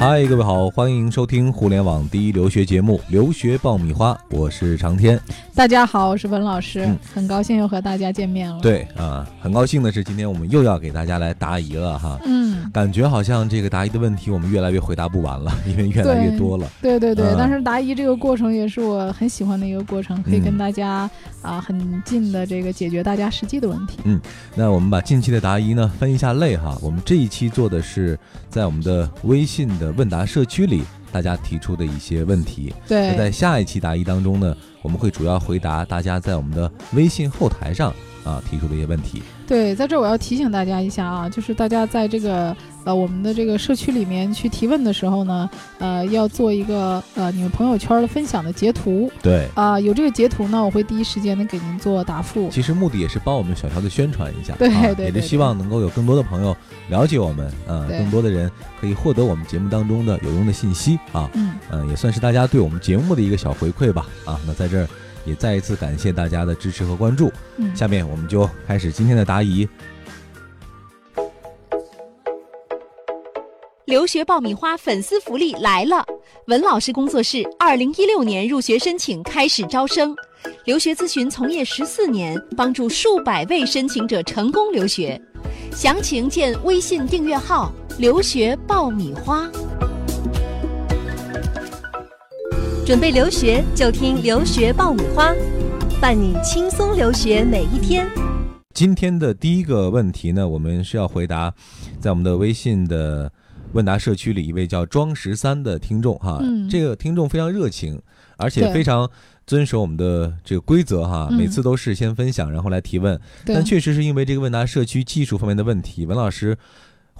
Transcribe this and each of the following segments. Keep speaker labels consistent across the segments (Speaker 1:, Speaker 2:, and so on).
Speaker 1: 嗨，各位好，欢迎收听互联网第一留学节目《留学爆米花》，我是长天。
Speaker 2: 大家好，我是文老师，
Speaker 1: 嗯
Speaker 2: 很高兴又和大家见面了。，
Speaker 1: 对啊，很高兴的是，今天我们又要给大家来答疑了哈。
Speaker 2: 嗯，
Speaker 1: 感觉好像这个答疑的问题我们越来越回答不完了， 因为越来越多了。
Speaker 2: 对对对，
Speaker 1: 嗯
Speaker 2: 但是答疑这个过程也是我很喜欢的一个过程，可以
Speaker 1: 嗯
Speaker 2: 跟大家啊、很近的这个解决大家实际的问题。
Speaker 1: 那我们把近期的答疑呢分一下类哈。我们这一期做的是在我们的微信的问答社区里大家提出的一些问题。那在
Speaker 2: 对，
Speaker 1: 下一期答疑当中呢，我们会主要回答大家在我们的微信后台上啊提出的一些问题。
Speaker 2: 对，在这儿我要提醒大家一下啊，就是大家在这个呃我们的这个社区里面去提问的时候呢，呃，要做一个呃你们朋友圈的分享的截图
Speaker 1: 对，
Speaker 2: 啊、有这个截图呢，我会第一时间的给您做答复。
Speaker 1: 其实目的也是帮我们小小的宣传一下，
Speaker 2: 对
Speaker 1: 啊
Speaker 2: 对对
Speaker 1: 也是
Speaker 2: 对
Speaker 1: 希望能够有更多的朋友了解我们，啊，
Speaker 2: 对
Speaker 1: 更多的人可以获得我们节目当中的有用的信息啊，
Speaker 2: 嗯，
Speaker 1: 嗯、也算是大家对我们节目的一个小回馈吧，啊，那在这儿也再一次感谢大家的支持和关注，
Speaker 2: 嗯
Speaker 1: 下面我们就开始今天的答疑，
Speaker 3: 留学爆米花粉丝福利来了！文老师工作室二零一六年入学申请开始招生，留学咨询从业十四年，帮助数百位申请者成功留学。详情见微信订阅号“留学爆米花”。
Speaker 4: 准备留学就听留学爆米花，伴你轻松留学每一天。
Speaker 1: 今天的第一个问题呢，我们是要回答在我们的微信的问答社区里一位叫庄十三的听众哈，
Speaker 2: 嗯
Speaker 1: 这个听众非常热情，而且
Speaker 2: 对
Speaker 1: 非常遵守我们的这个规则哈，
Speaker 2: 嗯
Speaker 1: 每次都是先分享然后来提问，
Speaker 2: 对
Speaker 1: 但确实是因为这个问答社区技术方面的问题，文老师。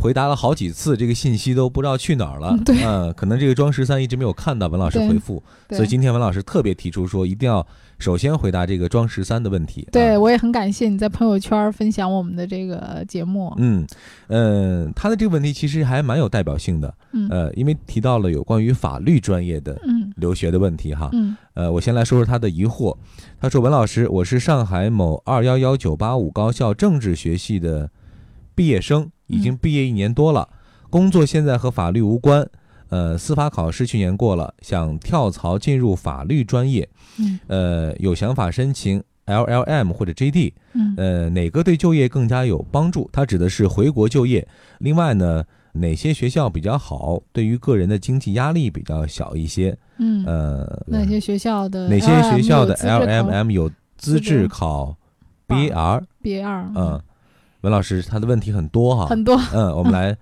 Speaker 1: 回答了好几次，这个信息都不知道去哪儿了。
Speaker 2: 嗯对
Speaker 1: 嗯，可能这个庄十三一直没有看到文老师
Speaker 2: 对
Speaker 1: 回复，所
Speaker 2: 对
Speaker 1: 以今天文老师特别提出说，一定要首先回答这个庄十三的问题。啊
Speaker 2: 对，我也很感谢你在朋友圈分享我们的这个节目。
Speaker 1: 嗯，呃，他的这个问题其实还蛮有代表性的，
Speaker 2: 嗯
Speaker 1: 呃，因为提到了有关于法律专业的
Speaker 2: 嗯
Speaker 1: 留学的问题哈，
Speaker 2: 嗯
Speaker 1: 呃，我先来说说他的疑惑。他说：“文老师，我是上海某二幺幺九八五高校政治学系的毕业生，已经毕业一年多了，工作现在和法律无关。呃，司法考试去年过了，想跳槽进入法律专业，
Speaker 2: 嗯
Speaker 1: 呃，有想法申请 LLM 或者 JD。
Speaker 2: 嗯
Speaker 1: 呃，哪个对就业更加有帮助？它指的是回国就业。另外呢，哪些学校比较好？对于个人的经济压力比较小一些。
Speaker 2: 嗯，
Speaker 1: 呃，
Speaker 2: 哪些啊学校的
Speaker 1: 哪些学校的
Speaker 2: LMM
Speaker 1: LMM 有资质考
Speaker 2: 资
Speaker 1: BR？
Speaker 2: B 二
Speaker 1: 嗯，文老师他的问题很多哈，
Speaker 2: 很多
Speaker 1: 嗯，我们来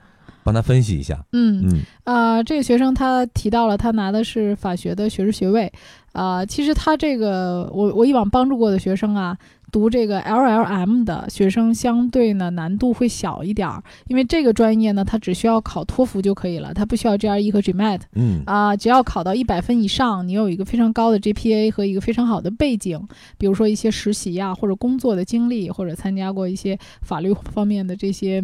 Speaker 1: 帮他分析一下。
Speaker 2: 嗯
Speaker 1: 嗯
Speaker 2: 啊、这个学生他提到了他拿的是法学的学士学位啊、其实他这个我我以往帮助过的学生啊。读这个 LLM 的学生相对呢难度会小一点儿，因为这个专业呢，他只需要考托福就可以了，他不需要 GRE 和 GMAT。
Speaker 1: 嗯
Speaker 2: 啊、只要考到一百分以上，你有一个非常高的 GPA 和一个非常好的背景，比如说一些实习呀、或者工作的经历，或者参加过一些法律方面的这些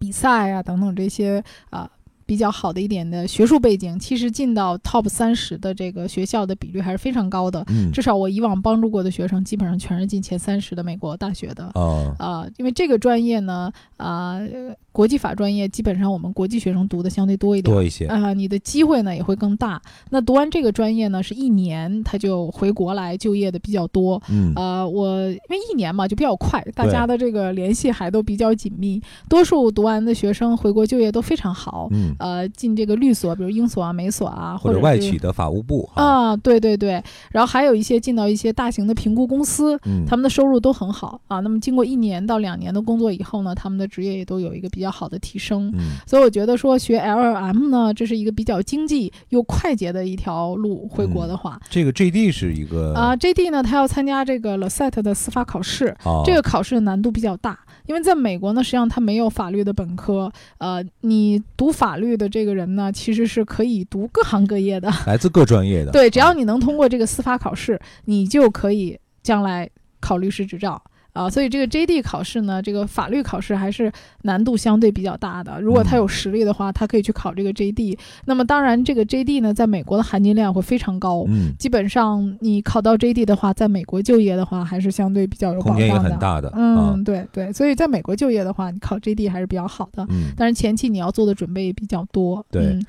Speaker 2: 比赛啊等等这些啊、比较好的一点的学术背景，其实进到 Top 三十的这个学校的比率还是非常高的。
Speaker 1: 嗯
Speaker 2: 至少我以往帮助过的学生，基本上全是进前三十的美国大学的。
Speaker 1: 哦
Speaker 2: 啊、因为这个专业呢，啊、呃国际法专业基本上我们国际学生读的相对多一点，
Speaker 1: 多一些。
Speaker 2: 啊、你的机会呢也会更大。那读完这个专业呢，是一年他就回国来就业的比较多。
Speaker 1: 嗯
Speaker 2: 呃，我因为一年嘛就比较快，大家的这个联系还都比较紧密，多数读完的学生回国就业都非常好。
Speaker 1: 嗯，
Speaker 2: 呃，进这个律所，比如英所啊、美所啊，
Speaker 1: 或
Speaker 2: 者
Speaker 1: 者外
Speaker 2: 是
Speaker 1: 企的法务部哈。
Speaker 2: 啊，对对对，然后还有一些进到一些大型的评估公司，
Speaker 1: 嗯
Speaker 2: 他们的收入都很好啊。那么经过一年到两年的工作以后呢，他们的职业也都有一个比较好的提升。
Speaker 1: 嗯
Speaker 2: 所以我觉得说学 LLM 呢，这是一个比较经济又快捷的一条路。回国的话
Speaker 1: 这个 JD 是一个
Speaker 2: 啊、JD 呢，他要参加这个 LSAT 的司法考试，
Speaker 1: 哦
Speaker 2: 这个考试的难度比较大，因为在美国呢，实际上他没有法律的本科，呃，你读法律的这个人呢，其实是可以读各行各业的。
Speaker 1: 来自各专业的。
Speaker 2: 对，只要你能通过这个司法考试，你就可以将来考律师执照。啊、所以这个 JD 考试呢，这个法律考试还是难度相对比较大的。如果
Speaker 1: 嗯
Speaker 2: 他有实力的话，他可以去考这个 JD。那么当然，这个 JD 呢，在美国的含金量会非常高。
Speaker 1: 嗯，
Speaker 2: 基本上你考到 JD 的话，在美国就业的话，还是相对比较有保
Speaker 1: 空
Speaker 2: 障的。
Speaker 1: 间也很大的啊
Speaker 2: 嗯，，对对，所以在美国就业的话，你考 JD 还是比较好的。
Speaker 1: 嗯
Speaker 2: 但是前期你要做的准备也比较多。
Speaker 1: 对
Speaker 2: 嗯，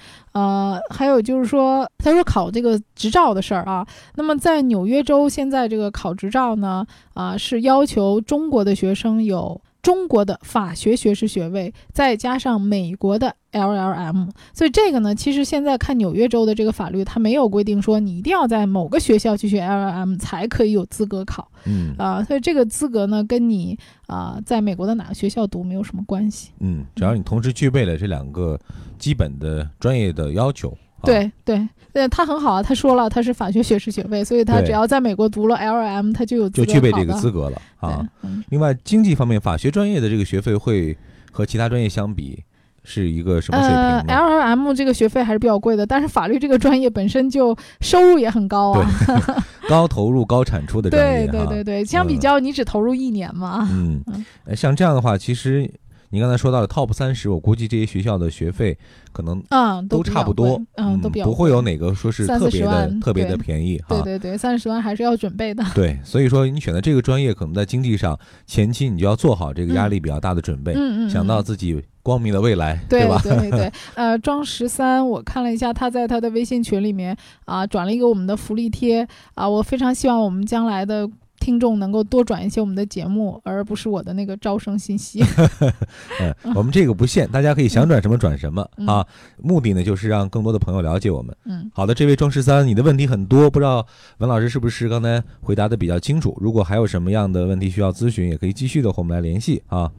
Speaker 2: 呃，还有就是说，他说考这个执照的事儿啊，那么在纽约州现在这个考执照呢，啊、是要求中国的学生有。中国的法学学士学位，再加上美国的 LLM，所以这个呢，其实现在看纽约州的这个法律，它没有规定说你一定要在某个学校去学 LLM 才可以有资格考
Speaker 1: 嗯
Speaker 2: 啊、所以这个资格呢，跟你啊、在美国的哪个学校读没有什么关系。
Speaker 1: 嗯，只要你同时具备了这两个基本的专业的要求，啊，
Speaker 2: 对对，呃，他很好啊，他说了他是法学学士学位，所以他
Speaker 1: 对
Speaker 2: 只要在美国读了 LM，他就有
Speaker 1: 就
Speaker 2: 资格
Speaker 1: 具备
Speaker 2: 考
Speaker 1: 这个
Speaker 2: 的
Speaker 1: 资格了啊
Speaker 2: 对。嗯
Speaker 1: 另外，经济方面，法学专业的这个学费会和其他专业相比是一个什么水
Speaker 2: 呃
Speaker 1: 平呢？
Speaker 2: ，LLM 这个学费还是比较贵的，但是法律这个专业本身就收入也很高啊。
Speaker 1: 高投入、高产出的专
Speaker 2: 对
Speaker 1: 业，
Speaker 2: 对
Speaker 1: 哈。
Speaker 2: 对对，相比
Speaker 1: 嗯
Speaker 2: 较你只投入一年嘛，
Speaker 1: 嗯
Speaker 2: 嗯，
Speaker 1: 呃像这样的话，其实你刚才说到的 top 三十，我估计这些学校的学费可能
Speaker 2: 嗯，
Speaker 1: 都
Speaker 2: 比
Speaker 1: 差
Speaker 2: 较
Speaker 1: 不多
Speaker 2: 贵，嗯，都比较
Speaker 1: 不会
Speaker 2: 贵
Speaker 1: 有。哪个说是
Speaker 2: 三
Speaker 1: 特
Speaker 2: 四十
Speaker 1: 别的
Speaker 2: 万
Speaker 1: 特别的
Speaker 2: 对
Speaker 1: 便宜
Speaker 2: 对
Speaker 1: 哈。
Speaker 2: 对对，三十万还是要准备的。
Speaker 1: 对，所以说你选择这个专业，可能在经济上前期你就要做好这个压力比较大的准备，
Speaker 2: 嗯嗯，
Speaker 1: 想到
Speaker 2: 嗯
Speaker 1: 自己光明的未来，
Speaker 2: 对
Speaker 1: 吧？
Speaker 2: 对 对，呃，庄十三，我看了一下，他在他的微信群里面啊、转了一个我们的福利贴啊、我非常希望我们将来的。听众能够多转一些我们的节目，而不是我的那个招生信息。
Speaker 1: 嗯，我们这个不限，大家可以想转什么转什么、
Speaker 2: 嗯
Speaker 1: 啊。目的呢，就是让更多的朋友了解我们。
Speaker 2: 嗯，
Speaker 1: 好的，这位庄十三，你的问题很多，不知道文老师是不是刚才回答的比较清楚？如果还有什么样的问题需要咨询，也可以继续的和我们来联系啊。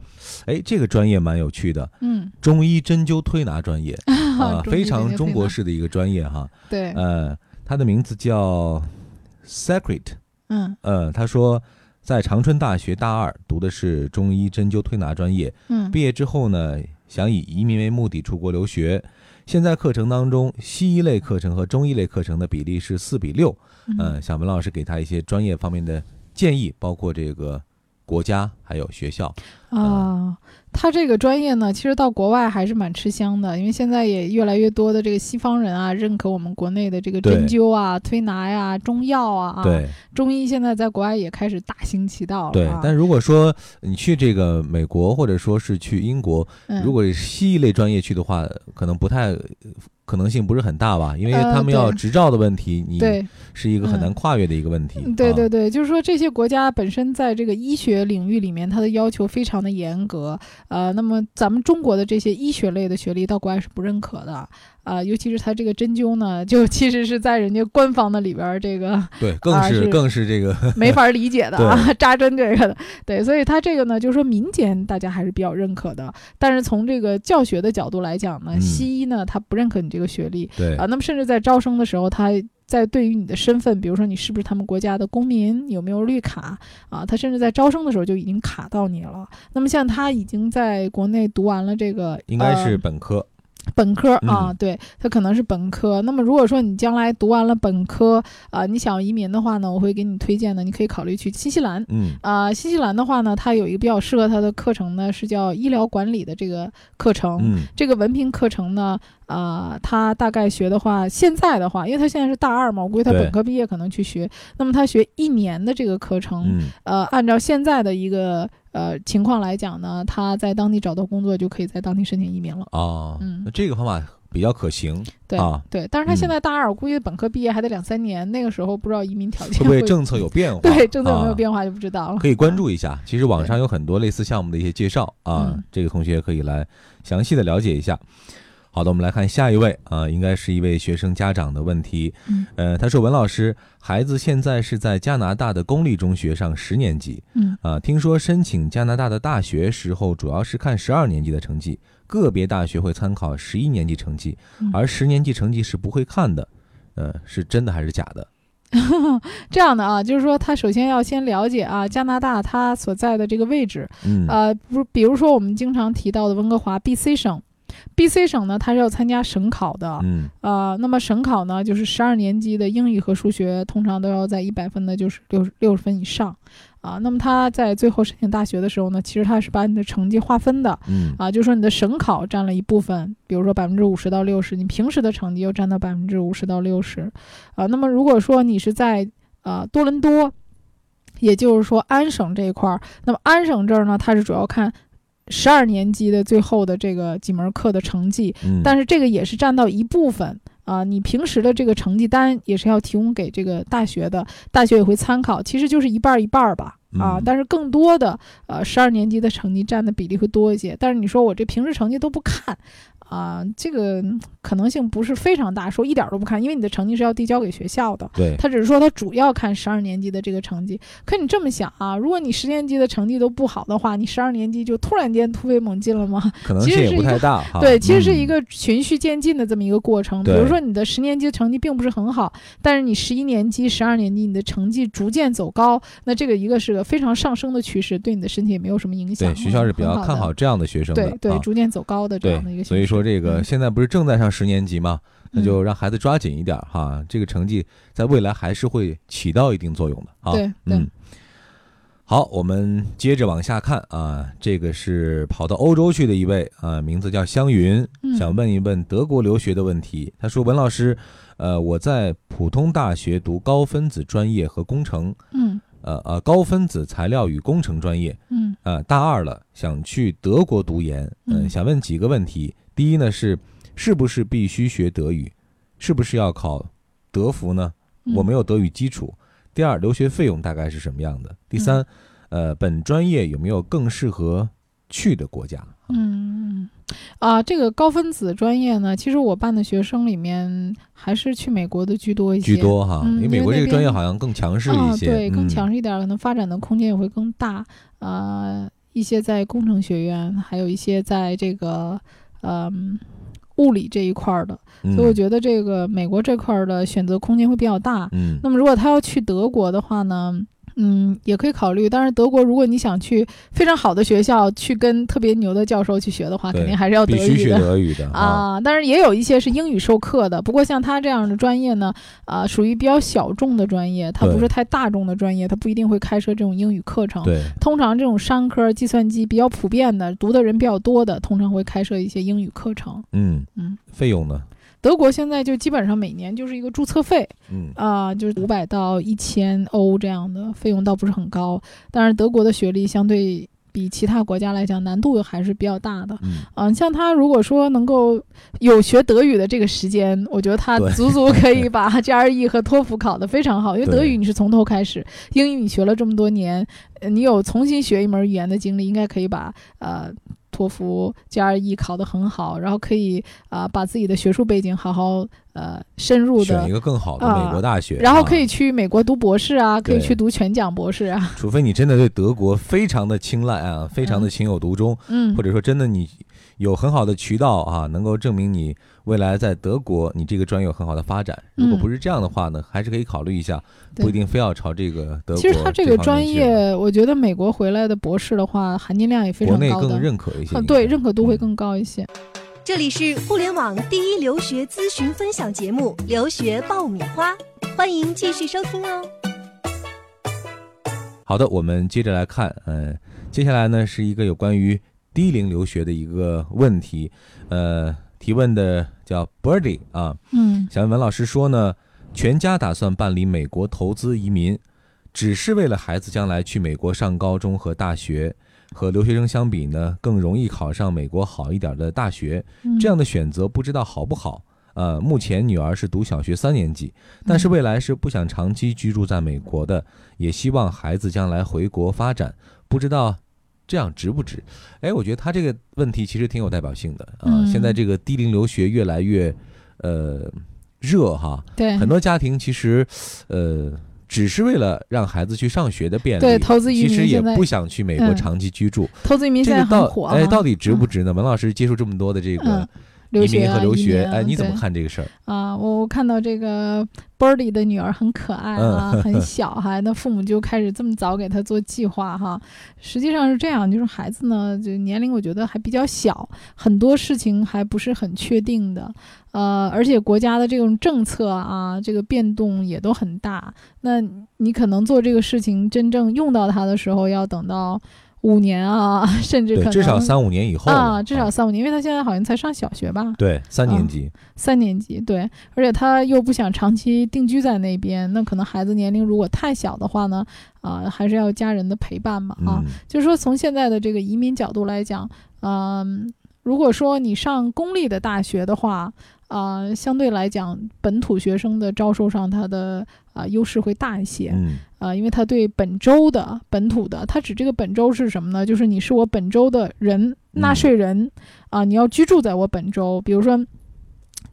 Speaker 1: 哎，这个专业蛮有趣的，
Speaker 2: 嗯，
Speaker 1: 中医针灸推拿专 业啊，
Speaker 2: 中
Speaker 1: 非
Speaker 2: 医针
Speaker 1: 常
Speaker 2: 灸
Speaker 1: 中
Speaker 2: 推
Speaker 1: 国
Speaker 2: 拿
Speaker 1: 式的一个专业哈。
Speaker 2: 对，
Speaker 1: 呃，它的名字叫 Secret，
Speaker 2: 嗯
Speaker 1: 呃，他说在长春大学大二读的是中医针灸推拿专业，
Speaker 2: 嗯
Speaker 1: 毕业之后呢，想以移民为目的出国留学。现在课程当中，西医类课程和中医类课程的比例是四比六。嗯，想文老师给他一些专业方面的建议，包括这个国家还有学校。
Speaker 2: 啊，他这个专业呢，其实到国外还是蛮吃香的，因为现在也越来越多的这个西方人啊，认可我们国内的这个针
Speaker 1: 对
Speaker 2: 灸啊、推拿呀、中药啊啊，
Speaker 1: 对
Speaker 2: 中医现在在国外也开始大行其道了、
Speaker 1: 对
Speaker 2: 啊。，
Speaker 1: 但如果说你去这个美国或者说是去英国，
Speaker 2: 嗯
Speaker 1: 如果是西医类专业去的话，可能不太。可能性不是很大吧，因为
Speaker 2: 呃
Speaker 1: 他们要
Speaker 2: 对
Speaker 1: 执照的问题，你
Speaker 2: 对
Speaker 1: 是一个很难
Speaker 2: 嗯
Speaker 1: 跨越的一个问题。
Speaker 2: 对
Speaker 1: 啊
Speaker 2: 对对，就是说这些国家本身在这个医学领域里面，它的要求非常的严格。呃，那么咱们中国的这些医学类的学历到国外是不认可的。呃，尤其是它这个针灸呢，就其实是在人家官方的里边儿 这个
Speaker 1: 对，更
Speaker 2: 啊
Speaker 1: 是
Speaker 2: 是
Speaker 1: 更是这个
Speaker 2: 没法理解的啊，扎针这个的，对，所以它这个呢，就是说民间大家还是比较认可的，但是从这个教学的角度来讲呢，
Speaker 1: 嗯
Speaker 2: 西医呢它不认可你这个学历，
Speaker 1: 对
Speaker 2: 啊，那么甚至在招生的时候，他在对于你的身份，比如说你是不是他们国家的公民，有没有绿卡啊，他甚至在招生的时候就已经卡到你了。那么像他已经在国内读完了这个，
Speaker 1: 应该是
Speaker 2: 呃
Speaker 1: 本科，
Speaker 2: 本科啊，
Speaker 1: 嗯
Speaker 2: 对他可能是本科。那么如果说你将来读完了本科啊、你想移民的话呢，我会给你推荐的，你可以考虑去新西兰。
Speaker 1: 嗯
Speaker 2: 啊、新西兰的话呢，它有一个比较适合它的课程呢，是叫医疗管理的这个课程。
Speaker 1: 嗯
Speaker 2: 这个文凭课程呢，呃，他大概学的话，现在的话，因为他现在是大二嘛，我估计他
Speaker 1: 对
Speaker 2: 本科毕业可能去学，那么他学一年的这个课程，
Speaker 1: 嗯，
Speaker 2: 呃，按照现在的一个呃情况来讲呢，他在当地找到工作就可以在当地申请移民了。
Speaker 1: 哦，
Speaker 2: 嗯
Speaker 1: 那这个方法比较可行，
Speaker 2: 对、
Speaker 1: 啊
Speaker 2: 对，但是他现
Speaker 1: 嗯
Speaker 2: 在大二，我估计本科毕业还得两三年，那个时候不知道移民条件
Speaker 1: 会不会政策有变化？
Speaker 2: 对政策有没有
Speaker 1: 啊
Speaker 2: 变化就不知道了。
Speaker 1: 可以关注一下，其实网上有很多类似项目的一些介绍啊
Speaker 2: 嗯，
Speaker 1: 这个同学可以来详细的了解一下。好的，我们来看下一位啊，应该是一位学生家长的问题。
Speaker 2: 嗯，
Speaker 1: 呃，他说文老师，孩子现在是在加拿大的公立中学上十年级，
Speaker 2: 嗯
Speaker 1: 啊，听说申请加拿大的大学时候主要是看十二年级的成绩，个别大学会参考十一年级成绩，
Speaker 2: 嗯
Speaker 1: 而十年级成绩是不会看的。呃，是真的还是假的？
Speaker 2: 这样的啊，就是说他首先要先了解啊，加拿大他所在的这个位置，
Speaker 1: 嗯，
Speaker 2: 呃，不，比如说我们经常提到的温哥华 BC 省，BC 省呢，它是要参加省考的，
Speaker 1: 嗯，
Speaker 2: 呃，那么省考呢，就是十二年级的英语和数学，通常都要在一百分的，就是六六十分以上，啊。那么他在最后申请大学的时候呢，其实他是把你的成绩划分的
Speaker 1: 嗯
Speaker 2: 啊，就是说你的省考占了一部分，比如说百分之五十到六十，你平时的成绩又占到百分之五十到六十，啊，那么如果说你是在呃多伦多，也就是说安省这一块儿，那么安省这儿呢，它是主要看十二年级的最后的这个几门课的成绩，
Speaker 1: 嗯，
Speaker 2: 但是这个也是占到一部分啊。你平时的这个成绩单也是要提供给这个大学的，大学也会参考，其实就是一半儿一半儿吧。啊
Speaker 1: 嗯，
Speaker 2: 但是更多的呃，十二年级的成绩占的比例会多一些。但是你说我这平时成绩都不看啊，这个嗯可能性不是非常大，说一点儿都不看，因为你的成绩是要递交给学校的。
Speaker 1: 对，
Speaker 2: 他只是说他主要看十二年级的这个成绩。可你这么想啊，如果你十年级的成绩都不好的话，你十二年级就突然间突飞猛进了吗？
Speaker 1: 可能
Speaker 2: 其
Speaker 1: 性
Speaker 2: 实
Speaker 1: 也
Speaker 2: 是
Speaker 1: 不
Speaker 2: 一
Speaker 1: 太
Speaker 2: 个
Speaker 1: 大哈。
Speaker 2: 对，其实是
Speaker 1: 嗯
Speaker 2: 一个循序渐进的这么一个过程。比
Speaker 1: 对
Speaker 2: 如说你的十年级成绩并不是很好，但是你十一年级、十二年级你的成绩逐渐走高，那这个一个是个非常上升的趋势，对你的身体也没有什么影响。
Speaker 1: 对学校是比
Speaker 2: 很
Speaker 1: 较
Speaker 2: 好
Speaker 1: 看
Speaker 2: 的
Speaker 1: 好这样的学生的
Speaker 2: 对，对，
Speaker 1: 啊
Speaker 2: 逐渐走高的这
Speaker 1: 对
Speaker 2: 样的一个，形式。
Speaker 1: 所以说这个
Speaker 2: 嗯
Speaker 1: 现在不是正在上十年级嘛，那
Speaker 2: 嗯
Speaker 1: 就让孩子抓紧一点儿哈，这个成绩在未来还是会起到一定作用的啊。
Speaker 2: 对对
Speaker 1: 嗯。好，我们接着往下看啊，这个是跑到欧洲去的一位啊，名字叫湘云，
Speaker 2: 嗯
Speaker 1: 想问一问德国留学的问题。他说：“文老师，呃，我在普通大学读高分子专业和工程，
Speaker 2: 嗯
Speaker 1: 呃呃，高分子材料与工程专业，
Speaker 2: 嗯
Speaker 1: 呃，大二了，想去德国读研，嗯、
Speaker 2: 嗯
Speaker 1: 想问几个问题。第一呢是，是不是必须学德语？是不是要考德福呢？
Speaker 2: 嗯，
Speaker 1: 我没有德语基础。第二，留学费用大概是什么样的？第三，
Speaker 2: 嗯
Speaker 1: 呃，本专业有没有更适合去的国家？
Speaker 2: 嗯，啊，这个高分子专业呢，其实我办的学生里面还是去美国的居多一些，
Speaker 1: 居多哈，
Speaker 2: 嗯
Speaker 1: 因为美
Speaker 2: 因为
Speaker 1: 国这
Speaker 2: 那
Speaker 1: 个专业
Speaker 2: 边
Speaker 1: 好像更强势
Speaker 2: 啊，
Speaker 1: 一些，
Speaker 2: 对，更
Speaker 1: 嗯
Speaker 2: 强势一点儿，可能发展的空间也会更大。呃，一些在工程学院，还有一些在这个嗯、物理这一块儿的，
Speaker 1: 嗯
Speaker 2: 所以我觉得这个美国这块儿的选择空间会比较大。
Speaker 1: 嗯
Speaker 2: 那么如果他要去德国的话呢，嗯，也可以考虑。当然，德国如果你想去非常好的学校，去跟特别牛的教授去学的话，
Speaker 1: 对
Speaker 2: 肯定还是要德
Speaker 1: 必须
Speaker 2: 语
Speaker 1: 学
Speaker 2: 的。
Speaker 1: 德语的啊，
Speaker 2: 啊，当然也有一些是英语授课的，不过像他这样的专业呢，啊，属于比较小众的专业，它
Speaker 1: 对
Speaker 2: 不是太大众的专业，它不一定会开设这种英语课程。
Speaker 1: 对，
Speaker 2: 通常这种商科、计算机比较普遍的，读的人比较多的，通常会开设一些英语课程。
Speaker 1: 嗯
Speaker 2: 嗯，
Speaker 1: 费用呢？
Speaker 2: 德国现在就基本上每年就是一个注册费
Speaker 1: 嗯
Speaker 2: 啊、就是五百到一千欧这样的费用，倒不是很高。但是德国的学历相对比其他国家来讲，难度还是比较大的。
Speaker 1: 嗯，
Speaker 2: 嗯，像他如果说能够有学德语的这个时间，我觉得他
Speaker 1: 对
Speaker 2: 足足可以把 GRE 和托福考得非常好，因为
Speaker 1: 对
Speaker 2: 德语你是从头开始，英语你学了这么多年，呃你有重新学一门语言的经历，应该可以把呃托福、GRE 考得很好，然后可以啊、把自己的学术背景好好呃深入
Speaker 1: 选
Speaker 2: 的
Speaker 1: 一。个更好的美
Speaker 2: 啊
Speaker 1: 国大学，
Speaker 2: 然后
Speaker 1: 啊
Speaker 2: 可以去美国读博士啊，可以
Speaker 1: 对
Speaker 2: 去读全奖博士啊，
Speaker 1: 除非你真的对德国非常的青睐啊，非常的情有独钟，
Speaker 2: 嗯
Speaker 1: 或，者说真的你有很好的渠道啊，能够证明你未来在德国你这个专业有很好的发展。如果
Speaker 2: 嗯
Speaker 1: 不是这样的话呢，还是可以考虑一下，
Speaker 2: 对
Speaker 1: 不一定非要朝这个德国。
Speaker 2: 其实他
Speaker 1: 这
Speaker 2: 这个
Speaker 1: 方
Speaker 2: 专
Speaker 1: 面去
Speaker 2: 业，我觉得美国回来的博士的话，含金量也非
Speaker 1: 国
Speaker 2: 常
Speaker 1: 内
Speaker 2: 高的。
Speaker 1: 更认可一些
Speaker 2: 呃，
Speaker 1: 应
Speaker 2: 对，
Speaker 1: 该
Speaker 2: 认可度会
Speaker 1: 嗯
Speaker 2: 更高一些。
Speaker 4: 这里是互联网第一留学咨询分享节目《留学爆米花》，欢迎继续收听哦。
Speaker 1: 好的，我们接着来看，嗯，接下来呢是一个有关于低龄留学的一个问题，呃，提问的叫 Birdy 啊，
Speaker 2: 嗯
Speaker 1: 想问文老师说呢，全家打算办理美国投资移民，只是为了孩子将来去美国上高中和大学。和留学生相比呢，更容易考上美国好一点的大学。
Speaker 2: 嗯，
Speaker 1: 这样的选择不知道好不好？呃，目前女儿是读小学三年级，
Speaker 2: 嗯
Speaker 1: 但是未来是不想长期居住在美国的，也希望孩子将来回国发展。不知道这样值不值？哎，我觉得他这个问题其实挺有代表性的啊、
Speaker 2: 嗯
Speaker 1: 现在这个低龄留学越来越，呃，热哈，
Speaker 2: 对
Speaker 1: 很多家庭其实，呃。只是为了让孩子去上学的便利，
Speaker 2: 对投资移民
Speaker 1: 其实也
Speaker 2: 现在
Speaker 1: 不想去美国
Speaker 2: 嗯
Speaker 1: 长期居住。
Speaker 2: 投资移民
Speaker 1: 这
Speaker 2: 现
Speaker 1: 个
Speaker 2: 在
Speaker 1: 到
Speaker 2: 很火啊，
Speaker 1: 哎，到底值不值呢？文老师接触这么多的这个
Speaker 2: 嗯留
Speaker 1: 移
Speaker 2: 学
Speaker 1: 民
Speaker 2: 啊
Speaker 1: 和留学，
Speaker 2: 移民啊
Speaker 1: 哎，你怎么
Speaker 2: 对
Speaker 1: 看这个事儿？
Speaker 2: 啊，我我看到这个 Birdy 的女儿很可爱啊，
Speaker 1: 嗯
Speaker 2: 很 小哈，那父母就开始这么早给她做计划哈。实际上是这样，就是孩子呢，就年龄我觉得还比较小，很多事情还不是很确定的，呃，而且国家的这种政策啊，这个变动也都很大。那你可能做这个事情真正用到它的时候，要等到五年啊， 甚至可
Speaker 1: 对，
Speaker 2: 能
Speaker 1: 至少三五年以后了
Speaker 2: 啊，至少三五年，因为他现在好像才上小学吧，
Speaker 1: 对三
Speaker 2: 啊
Speaker 1: 年级，
Speaker 2: 三年级，对，而且他又不想长期定居在那边，那可能孩子年龄如果太小的话呢，啊、还是要有家人的陪伴嘛，啊，
Speaker 1: 嗯，
Speaker 2: 就是说从现在的这个移民角度来讲，嗯、如果说你上公立的大学的话，啊、相对来讲，本土学生的招收上他的啊、优势会大一些，
Speaker 1: 嗯，
Speaker 2: 啊，因为他对本州的本土的，他指这个本州是什么呢？就是你是我本州的人，纳
Speaker 1: 嗯
Speaker 2: 税人啊、你要居住在我本州。比如说，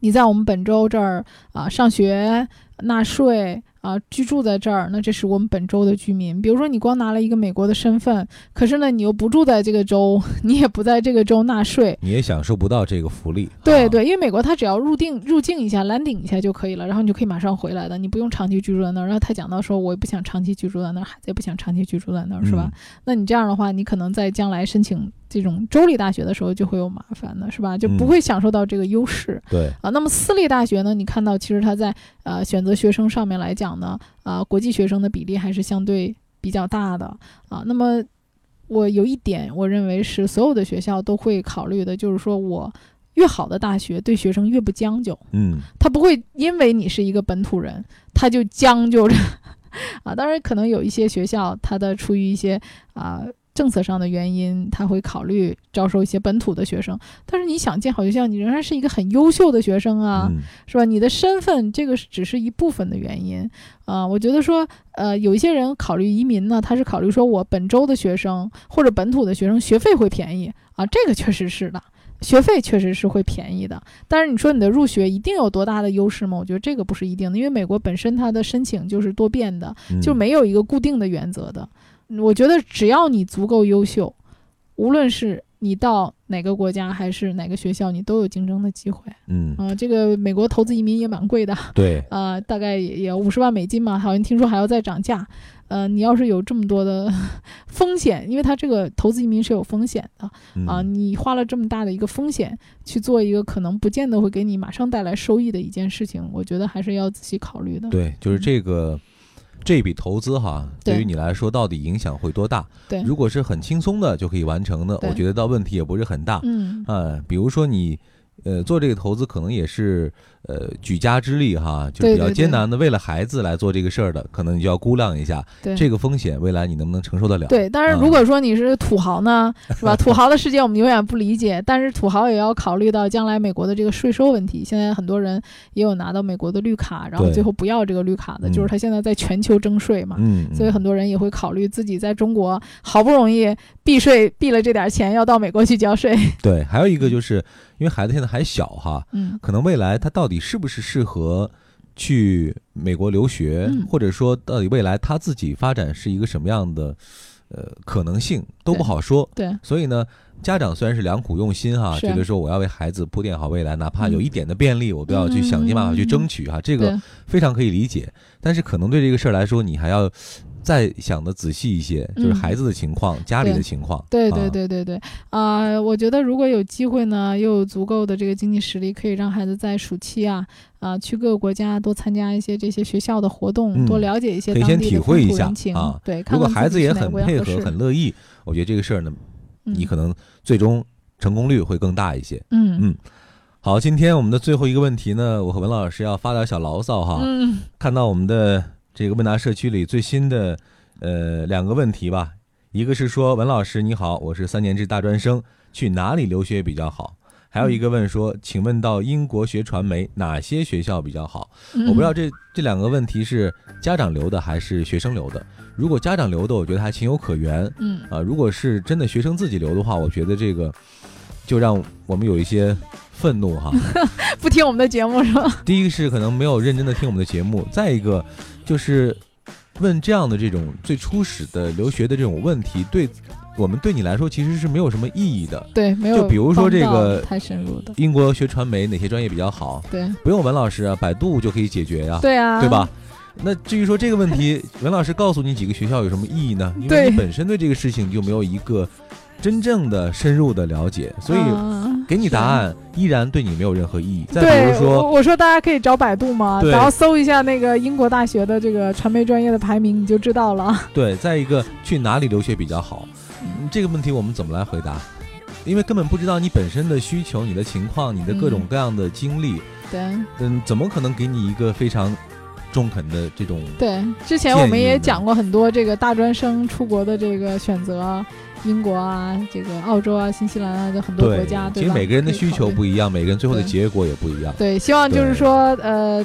Speaker 2: 你在我们本州这儿啊、上学纳税啊、居住在这儿，那这是我们本州的居民。比如说，你光拿了一个美国的身份，可是呢，你又不住在这个州， 你也不在这个州纳税，
Speaker 1: 你也享受不到这个福利。
Speaker 2: 对
Speaker 1: 啊，
Speaker 2: 对，因为美国它只要入定入境一下、landing 一下就可以了，然后你就可以马上回来的，你不用长期居住在那儿。然后他讲到说，我也不想长期居住在那儿，孩子也不想长期居住在那儿，是吧？
Speaker 1: 嗯
Speaker 2: 那你这样的话，你可能在将来申请这种州立大学的时候就会有麻烦的，是吧？就不
Speaker 1: 嗯
Speaker 2: 会享受到这个优势。
Speaker 1: 嗯？对，
Speaker 2: 啊，那么私立大学呢？你看到其实它在呃选择学生上面来讲呢，啊、国际学生的比例还是相对比较大的啊。那么我有一点，我认为是所有的学校都会考虑的，就是说我越好的大学对学生越不将就，
Speaker 1: 嗯，
Speaker 2: 他不会因为你是一个本土人，他就将就着 啊。当然，可能有一些学校，它的出于一些啊、政策上的原因，他会考虑招收一些本土的学生。但是你想进好学校，你仍然是一个很优秀的学生啊，
Speaker 1: 嗯，
Speaker 2: 是吧？你的身份这个是只是一部分的原因啊、我觉得说，呃，有一些人考虑移民呢，他是考虑说我本州的学生或者本土的学生学费会便宜啊，这个确实是的。学费确实是会便宜的，但是你说你的入学一定有多大的优势吗？我觉得这个不是一定的，因为美国本身它的申请就是多变的，
Speaker 1: 嗯
Speaker 2: 就没有一个固定的原则的。我觉得只要你足够优秀，无论是你到哪个国家还是哪个学校，你都有竞争的机会。
Speaker 1: 嗯，
Speaker 2: 啊、这个美国投资移民也蛮贵的，
Speaker 1: 对，
Speaker 2: 呃，大概也也五十万美金嘛，好像听说还要再涨价。呃，你要是有这么多的 风险，因为它这个投资移民是有风险的
Speaker 1: 嗯
Speaker 2: 啊、你花了这么大的一个风险去做一个可能不见得会给你马上带来收益的一件事情，我觉得还是要仔细考虑的。
Speaker 1: 对，就是这个这笔投资哈，对
Speaker 2: 嗯对
Speaker 1: 于你来说到底影响会多大？
Speaker 2: 对
Speaker 1: 如果是很轻松的就可以完成的，
Speaker 2: 对
Speaker 1: 我觉得到问题也不是很大。
Speaker 2: 嗯，
Speaker 1: 啊，比如说你。呃，做这个投资可能也是呃举家之力哈，就
Speaker 2: 对
Speaker 1: 比较
Speaker 2: 对
Speaker 1: 艰
Speaker 2: 对
Speaker 1: 难的，为了孩子来做这个事儿的，可能你就要估量一下
Speaker 2: 对。
Speaker 1: 这个风险，未来你能不能承受得了？
Speaker 2: 对，但是
Speaker 1: 啊
Speaker 2: 如果说你是土 豪呢，是吧？土豪的世界我们永远不理解，但是土豪也要考虑到将来美国的这个税收问题。现在很多人也有拿到美国的绿卡，然后
Speaker 1: 对
Speaker 2: 最后不要这个绿卡的，就
Speaker 1: 嗯
Speaker 2: 是他现在在全球征税嘛。
Speaker 1: 嗯，嗯，
Speaker 2: 所以很多人也会考虑自己在中国好不容易避税避了这点钱，要到美国去交税。
Speaker 1: 对，还有一个就是因为孩子现在还小哈，
Speaker 2: 嗯
Speaker 1: 可能未来他到底是不是适合去美国留学，
Speaker 2: 嗯
Speaker 1: 或者说到底未来他自己发展是一个什么样的呃可能性都不
Speaker 2: 对
Speaker 1: 好说。
Speaker 2: 对
Speaker 1: 所以呢，家长虽然是良苦用心哈，
Speaker 2: 是啊
Speaker 1: 觉得说我要为孩子铺垫好未来，哪怕
Speaker 2: 嗯
Speaker 1: 有一点的便利，我都要去想尽办法去争取哈，这个
Speaker 2: 对
Speaker 1: 非常可以理解。但是可能对这个事儿来说，你还要再想的仔细一些，就是
Speaker 2: 嗯
Speaker 1: 孩子的情况、家里
Speaker 2: 对
Speaker 1: 的情况。
Speaker 2: 对对
Speaker 1: 啊，
Speaker 2: 对对对，啊、我觉得如果有机会呢，又有足够的这个经济实力，可以让孩子在暑期啊啊、去各个国家多参加一些这些学校的活动，
Speaker 1: 嗯
Speaker 2: 多了解一些
Speaker 1: 可以
Speaker 2: 当
Speaker 1: 先
Speaker 2: 地
Speaker 1: 体
Speaker 2: 的
Speaker 1: 会
Speaker 2: 风
Speaker 1: 一
Speaker 2: 土
Speaker 1: 下
Speaker 2: 人情。
Speaker 1: 啊
Speaker 2: 对，看
Speaker 1: 如果
Speaker 2: 看
Speaker 1: 孩
Speaker 2: 自
Speaker 1: 子
Speaker 2: 己
Speaker 1: 也
Speaker 2: 去哪
Speaker 1: 很
Speaker 2: 个国家
Speaker 1: 配
Speaker 2: 合
Speaker 1: 合、
Speaker 2: 适
Speaker 1: 很乐意，我觉得这个事儿呢，
Speaker 2: 嗯
Speaker 1: 你可能最终成功率会更大一些。
Speaker 2: 嗯
Speaker 1: 嗯好，今天我们的最后一个问题呢，我和文老师要发点小牢骚哈。
Speaker 2: 嗯
Speaker 1: 看到我们的这个问答社区里最新的呃两个问题吧，一个是说文老师你好，我是三年制大专生，去哪里留学比较好？还有一个问说，请问到英国学传媒哪些学校比较好？
Speaker 2: 嗯
Speaker 1: 我不知道这这两个问题是家长留的还是学生留的。如果家长留的，我觉得还情有可原
Speaker 2: 嗯
Speaker 1: 啊、如果是真的学生自己留的话，我觉得这个就让我们有一些愤怒哈。
Speaker 2: 不听我们的节目是吧？
Speaker 1: 第一个是可能没有认真的听我们的节目，再一个就是问这样的这种最初始的留学的这种问题，对我们对你来说其实是没有什么意义的。
Speaker 2: 对，没有
Speaker 1: 就比如说这
Speaker 2: 帮到
Speaker 1: 个
Speaker 2: 太深入的，
Speaker 1: 英国学传媒哪些专业比较好？
Speaker 2: 对
Speaker 1: 不用文老师啊，百度就可以解决呀、
Speaker 2: 对啊，
Speaker 1: 对吧？？那至于说这个问题，文老师告诉你几个学校有什么意义呢？因为
Speaker 2: 对
Speaker 1: 你本身对这个事情就没有一个真正的深入的了解，所以
Speaker 2: 嗯
Speaker 1: 给你答案依然对你没有任何意义。再比
Speaker 2: 对
Speaker 1: 如，说，
Speaker 2: 我我说大家可以找百度嘛，
Speaker 1: 对
Speaker 2: 然后搜一下那个英国大学的这个传媒专业的排名，你就知道了。
Speaker 1: 对，再一个去哪里留学比较好，嗯这个问题我们怎么来回答？因为根本不知道你本身的需求、你的情况、你的各种
Speaker 2: 嗯
Speaker 1: 各样的经历，
Speaker 2: 对
Speaker 1: 嗯，怎么可能给你一个非常中肯的这种？
Speaker 2: 对，之前
Speaker 1: 建
Speaker 2: 我们
Speaker 1: 议
Speaker 2: 也
Speaker 1: 呢
Speaker 2: 讲过很多这个大专生出国的这个选择，英国啊，这个澳洲啊，新西兰啊，就很多国家，
Speaker 1: 其
Speaker 2: 对
Speaker 1: 实
Speaker 2: 吧
Speaker 1: 每个人的
Speaker 2: 可以
Speaker 1: 需
Speaker 2: 考
Speaker 1: 求
Speaker 2: 虑
Speaker 1: 不一样，每个人最后的
Speaker 2: 对
Speaker 1: 结果也不一样。
Speaker 2: 对，希望就
Speaker 1: 对
Speaker 2: 是说，呃，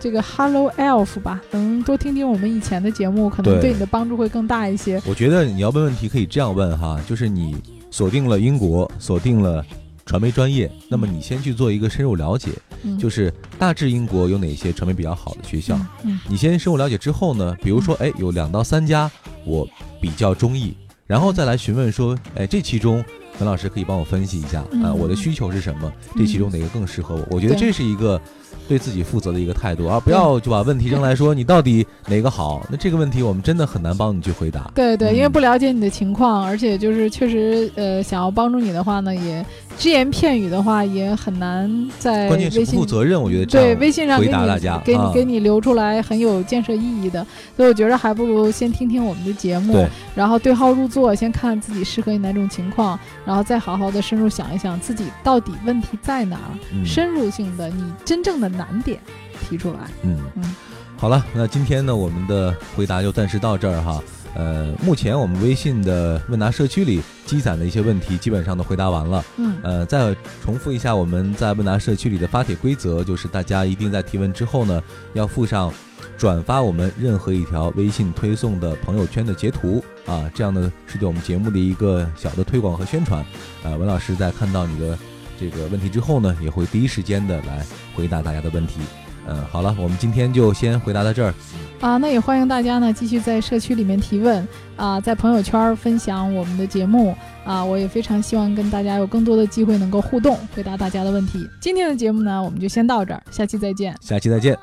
Speaker 2: 这个 Hello Elf 吧，能多听听我们以前的节目，可能
Speaker 1: 对
Speaker 2: 对你的帮助会更大一些。
Speaker 1: 我觉得你要问问题可以这样问哈，就是你锁定了英国，锁定了传媒专业，那么你先去做一个深入了解，
Speaker 2: 嗯，
Speaker 1: 就是大致英国有哪些传媒比较好的学校。
Speaker 2: 嗯，
Speaker 1: 你先深入了解之后呢，比如说，哎，有两到三家我比较中意，然后再来询问说，哎，这其中文老师可以帮我分析一下啊，
Speaker 2: 嗯
Speaker 1: 我的需求是什么？这其中哪个更适合我？我觉得
Speaker 2: 对
Speaker 1: 这是一个对自己负责的一个态度，而不要就把问题扔来说你到底哪个好。那这个问题我们真的很难帮你去回答。
Speaker 2: 对对，因为
Speaker 1: 嗯
Speaker 2: 不了解你的情况，而且就是确实，呃，想要帮助你的话呢，也只言片语的话也很难在
Speaker 1: 关键是
Speaker 2: 微
Speaker 1: 不负
Speaker 2: 信。
Speaker 1: 责任，我觉得这
Speaker 2: 对
Speaker 1: 样
Speaker 2: 微信上
Speaker 1: 回
Speaker 2: 给
Speaker 1: 答大
Speaker 2: 你
Speaker 1: 家
Speaker 2: 给你
Speaker 1: 啊
Speaker 2: 给你留出来很有建设意义的，所以我觉得还不如先听听我们的节目
Speaker 1: 对，
Speaker 2: 然后对号入座，先看自己适合你哪种情况，然后再好好的深入想一想自己到底问题在哪儿，
Speaker 1: 嗯
Speaker 2: 深入性的你真正的难点提出来。
Speaker 1: 嗯
Speaker 2: 嗯，
Speaker 1: 好了，那今天呢，我们的回答就暂时到这儿哈。呃，目前我们微信的问答社区里积攒的一些问题，基本上都回答完了。
Speaker 2: 嗯，
Speaker 1: 呃，再重复一下我们在问答社区里的发帖规则，就是大家一定在提问之后呢，要附上转发我们任何一条微信推送的朋友圈的截图啊，这样呢是对我们节目的一个小的推广和宣传。呃，文老师在看到你的这个问题之后呢，也会第一时间的来回答大家的问题。嗯，好了，我们今天就先回答到这儿。
Speaker 2: 啊，那也欢迎大家呢继续在社区里面提问啊，在朋友圈儿分享我们的节目啊，我也非常希望跟大家有更多的机会能够互动，回答大家的问题。今天的节目呢，我们就先到这儿，下期再见。
Speaker 1: 下期再见。